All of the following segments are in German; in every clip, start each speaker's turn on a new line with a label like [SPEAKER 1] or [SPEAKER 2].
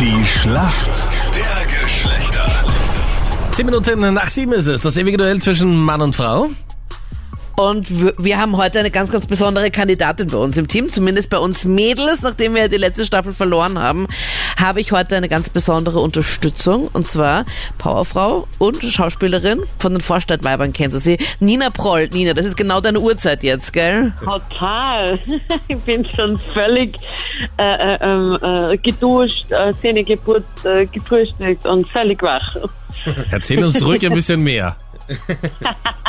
[SPEAKER 1] Die Schlacht der Geschlechter.
[SPEAKER 2] Zehn Minuten nach sieben ist es, das ewige Duell zwischen Mann und Frau.
[SPEAKER 3] Und wir- wir haben heute eine ganz, ganz besondere Kandidatin bei uns im Team, zumindest bei uns Mädels, nachdem wir die letzte Staffel verloren haben, habe ich heute eine ganz besondere Unterstützung und zwar Powerfrau und Schauspielerin von den Vorstadtweibern kennst du sie, Nina Proll. Nina, das ist genau deine Uhrzeit jetzt, gell?
[SPEAKER 4] Total. Ich bin schon völlig äh, äh, ähm, äh, geduscht, äh, Zähne geputzt, äh, gefrühstückt und völlig wach.
[SPEAKER 2] Erzähl uns ruhig ein bisschen mehr.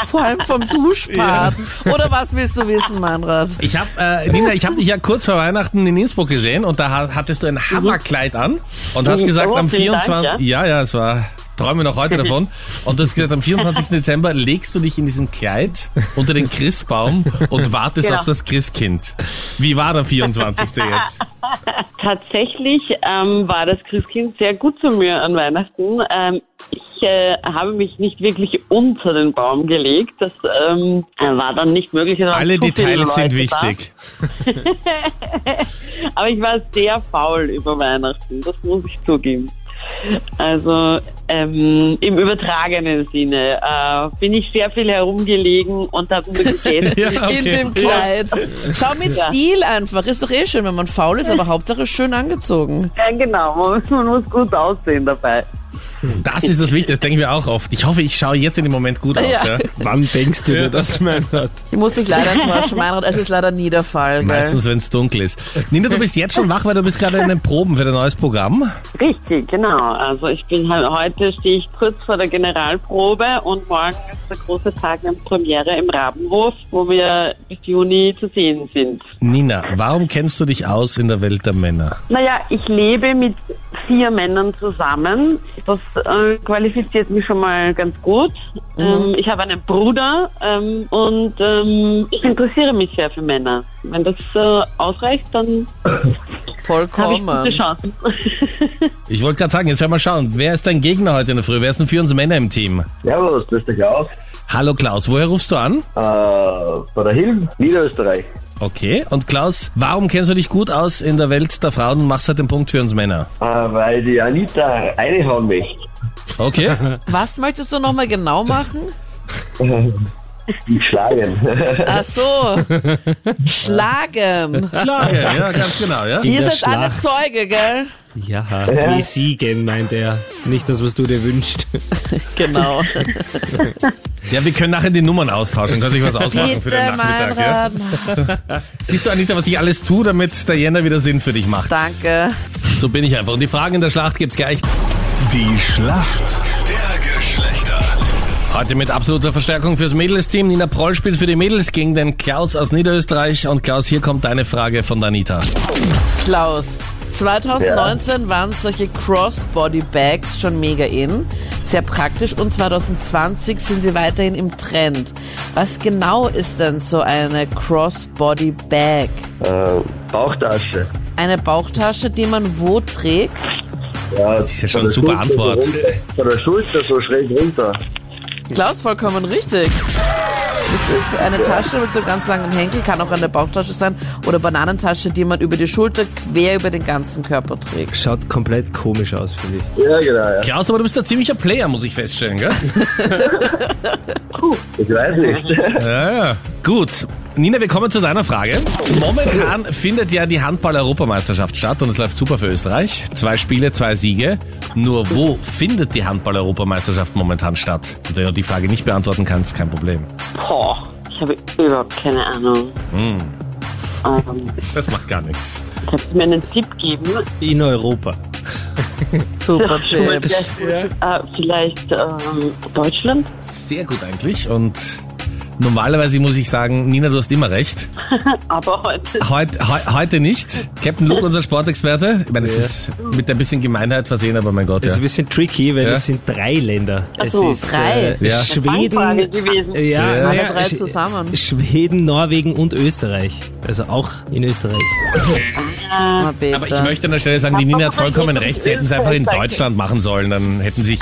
[SPEAKER 3] Vor allem vom Duschpart. Oder was willst du wissen, Meinrad?
[SPEAKER 2] Ich hab, äh, Nina, ich habe dich ja kurz vor Weihnachten in Innsbruck gesehen und da ha- hattest du ein Hammerkleid an und hast
[SPEAKER 4] Mhm.
[SPEAKER 2] gesagt,
[SPEAKER 4] Oh,
[SPEAKER 2] am
[SPEAKER 4] vielen Dank,
[SPEAKER 2] 24. ja, ja, es war. Träume noch heute davon. Und du hast gesagt, am 24. Dezember legst du dich in diesem Kleid unter den Christbaum und wartest
[SPEAKER 4] Genau.
[SPEAKER 2] auf das Christkind. Wie war der 24. jetzt?
[SPEAKER 4] Tatsächlich ähm, war das Christkind sehr gut zu mir an Weihnachten. Ähm, ich äh, habe mich nicht wirklich unter den Baum gelegt. Das ähm, war dann nicht möglich. es waren
[SPEAKER 2] Alle
[SPEAKER 4] zu viele
[SPEAKER 2] Details sind
[SPEAKER 4] Leute da.
[SPEAKER 2] wichtig.
[SPEAKER 4] Aber ich war sehr faul über Weihnachten, das muss ich zugeben. Also ähm, im übertragenen Sinne äh, bin ich sehr viel herumgelegen und habe nur gegessen.
[SPEAKER 2] Ja,
[SPEAKER 3] In dem
[SPEAKER 2] Ja.
[SPEAKER 3] Kleid. Schau mit
[SPEAKER 4] Ja.
[SPEAKER 3] Stil einfach. Ist doch eh schön, wenn man faul ist, aber Hauptsache schön angezogen.
[SPEAKER 4] ja, genau, man, man muss gut aussehen dabei.
[SPEAKER 2] Das ist das Wichtigste, das denken wir auch oft. Ich hoffe, ich schaue jetzt in dem Moment gut aus. Ja.
[SPEAKER 3] Ja.
[SPEAKER 2] Wann denkst du dir das, Meinrad?
[SPEAKER 3] Ich muss dich leider enttäuschen, Meinrad. Es ist leider nie der Fall, gell?
[SPEAKER 2] Meistens, wenn es dunkel ist. Nina, du bist jetzt schon wach, weil du bist gerade in den Proben für dein neues Programm.
[SPEAKER 4] Richtig, genau. Also ich bin halt heute stehe ich kurz vor der Generalprobe und morgen ist der große Tag mit Premiere im Rabenhof, wo wir bis Juni zu sehen sind.
[SPEAKER 2] Nina, warum kennst du dich aus in der Welt der Männer?
[SPEAKER 4] Naja, ich lebe mit vier Männern zusammen. Das äh, qualifiziert mich schon mal ganz gut. Ähm, ich habe einen Bruder ähm, und ähm, ich interessiere mich sehr für Männer. Wenn das äh, ausreicht, dann habe ich
[SPEAKER 3] Vollkommen.
[SPEAKER 4] gute Chancen.
[SPEAKER 2] Ich wollte gerade sagen, jetzt werden wir schauen, wer ist dein Gegner heute in der Früh? Wer sind für uns Männer im Team?
[SPEAKER 5] Servus, grüß dich aus.
[SPEAKER 2] Hallo Klaus, woher rufst du an?
[SPEAKER 5] Äh, bei der Hilm, Niederösterreich.
[SPEAKER 2] Okay, und Klaus, warum kennst du dich gut aus in der Welt der Frauen und machst halt den Punkt für uns Männer?
[SPEAKER 5] Äh, weil die Anita reinhauen möchte.
[SPEAKER 2] Okay,
[SPEAKER 3] Was möchtest du nochmal genau machen?
[SPEAKER 5] Die schlagen.
[SPEAKER 3] Ach so. Schlagen.
[SPEAKER 2] klar, ja, ja, ganz genau, ja.
[SPEAKER 3] Ihr
[SPEAKER 6] der
[SPEAKER 3] seid alle
[SPEAKER 6] Schlacht.
[SPEAKER 3] Zeuge, gell?
[SPEAKER 6] Ja, besiegen meint er. Nicht das, was du dir wünschst.
[SPEAKER 3] Genau.
[SPEAKER 2] Ja, wir können nachher die Nummern austauschen, könnte ich was ausmachen für den Nachmittag, ja?
[SPEAKER 3] Meinrad.
[SPEAKER 2] Siehst du, Anita, was ich alles tue, damit der Jänner wieder Sinn für dich macht?
[SPEAKER 3] Danke.
[SPEAKER 2] So bin ich einfach. Und die Fragen in der Schlacht gibt's gleich.
[SPEAKER 1] Die Schlacht der Geschlechter.
[SPEAKER 2] Heute mit absoluter Verstärkung fürs Mädels-Team. Nina Proll spielt für die Mädels gegen den Klaus aus Niederösterreich. Und Klaus, hier kommt deine Frage von der Anita.
[SPEAKER 3] Klaus. 2019 waren solche Crossbody-Bags schon mega in, sehr praktisch und 2020 sind sie weiterhin im Trend. Was genau ist denn so eine Crossbody-Bag?
[SPEAKER 5] äh, Bauchtasche.
[SPEAKER 3] Eine Bauchtasche, die man wo trägt?
[SPEAKER 5] Ja,
[SPEAKER 2] ist ja schon eine super Antwort.
[SPEAKER 5] Von der Schulter so schräg runter.
[SPEAKER 3] Klaus, vollkommen richtig. Das ist eine Tasche mit so ganz langen Henkel, kann auch eine Bauchtasche sein oder Bananentasche, die man über die Schulter quer über den ganzen Körper trägt.
[SPEAKER 6] Schaut komplett komisch aus, finde ich.
[SPEAKER 5] Ja, genau, ja.
[SPEAKER 2] Klaus, aber du bist ein ziemlicher Player, muss ich feststellen, gell?
[SPEAKER 5] Ich weiß nicht.
[SPEAKER 2] ja, ja. Gut. Nina, wir kommen zu deiner Frage. Momentan findet ja die Handball-Europameisterschaft statt und es läuft super für Österreich. Zwei Spiele, zwei Siege. Nur wo findet die Handball-Europameisterschaft momentan statt? Und Wenn du die Frage nicht beantworten kannst, kein Problem.
[SPEAKER 4] Boah, ich habe überhaupt keine Ahnung. Ähm,
[SPEAKER 2] Das macht gar nichts.
[SPEAKER 4] kannst du mir einen Tipp geben?
[SPEAKER 6] In Europa.
[SPEAKER 3] Super
[SPEAKER 4] Schon mal
[SPEAKER 3] Tipp.
[SPEAKER 4] sehr gut. Äh, vielleicht ähm, Deutschland?
[SPEAKER 2] Sehr gut eigentlich. Und normalerweise muss ich sagen, Nina, du hast immer recht.
[SPEAKER 4] Aber heute
[SPEAKER 2] Heut, heu- heute nicht. Captain Luke, unser Sportexperte. Ich meine, es
[SPEAKER 6] Ja.
[SPEAKER 2] ist mit ein bisschen Gemeinheit versehen, aber mein Gott,
[SPEAKER 6] Das ist
[SPEAKER 2] ja.
[SPEAKER 6] ein bisschen tricky, weil
[SPEAKER 2] Ja.
[SPEAKER 6] es sind drei Länder. Es
[SPEAKER 4] so,
[SPEAKER 6] ist
[SPEAKER 3] drei.
[SPEAKER 6] Äh,
[SPEAKER 2] Ja.
[SPEAKER 4] Fangfrage
[SPEAKER 6] Schweden. äh,
[SPEAKER 4] gewesen.
[SPEAKER 6] Ja,
[SPEAKER 2] Ja.
[SPEAKER 6] na
[SPEAKER 3] Alle
[SPEAKER 6] ja,
[SPEAKER 3] drei
[SPEAKER 6] Sch-
[SPEAKER 3] zusammen.
[SPEAKER 6] Schweden, Norwegen und Österreich. also auch in Österreich.
[SPEAKER 3] Mal bitte.
[SPEAKER 2] Aber ich möchte an der Stelle sagen, die Nina hat vollkommen recht. Sie hätten es einfach in Deutschland machen sollen. Dann hätten sich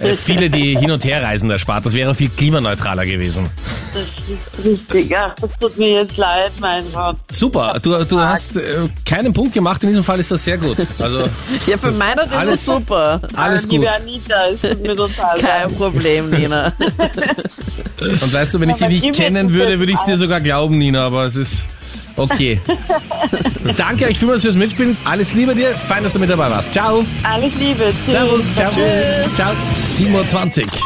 [SPEAKER 2] äh, viele, die hin und her reisen, erspart. Das wäre viel klimaneutraler gewesen.
[SPEAKER 4] Das ist richtig, ja. Das tut mir jetzt leid, mein Gott.
[SPEAKER 2] Super, du, du hast äh, keinen Punkt gemacht. In diesem Fall ist das sehr gut. Also
[SPEAKER 3] ja, für meine ist
[SPEAKER 2] Alles-
[SPEAKER 3] es super.
[SPEAKER 2] alles gut.
[SPEAKER 4] Liebe Anita, Äh, es tut mir total leid.
[SPEAKER 3] Kein Problem, Nina.
[SPEAKER 2] Und weißt du, wenn ich dich
[SPEAKER 4] Aber
[SPEAKER 2] nicht
[SPEAKER 4] ihm ist
[SPEAKER 2] kennen
[SPEAKER 4] es
[SPEAKER 2] würde,
[SPEAKER 4] jetzt
[SPEAKER 2] würde ich es dir sogar glauben, Nina. Aber es ist okay. Danke euch vielmals fürs Mitspielen. Alles Liebe dir. Fein, dass du mit dabei warst. Ciao.
[SPEAKER 4] Alles Liebe. Tschüss.
[SPEAKER 2] Servus. Ciao. Ciao. 7.20 Uhr.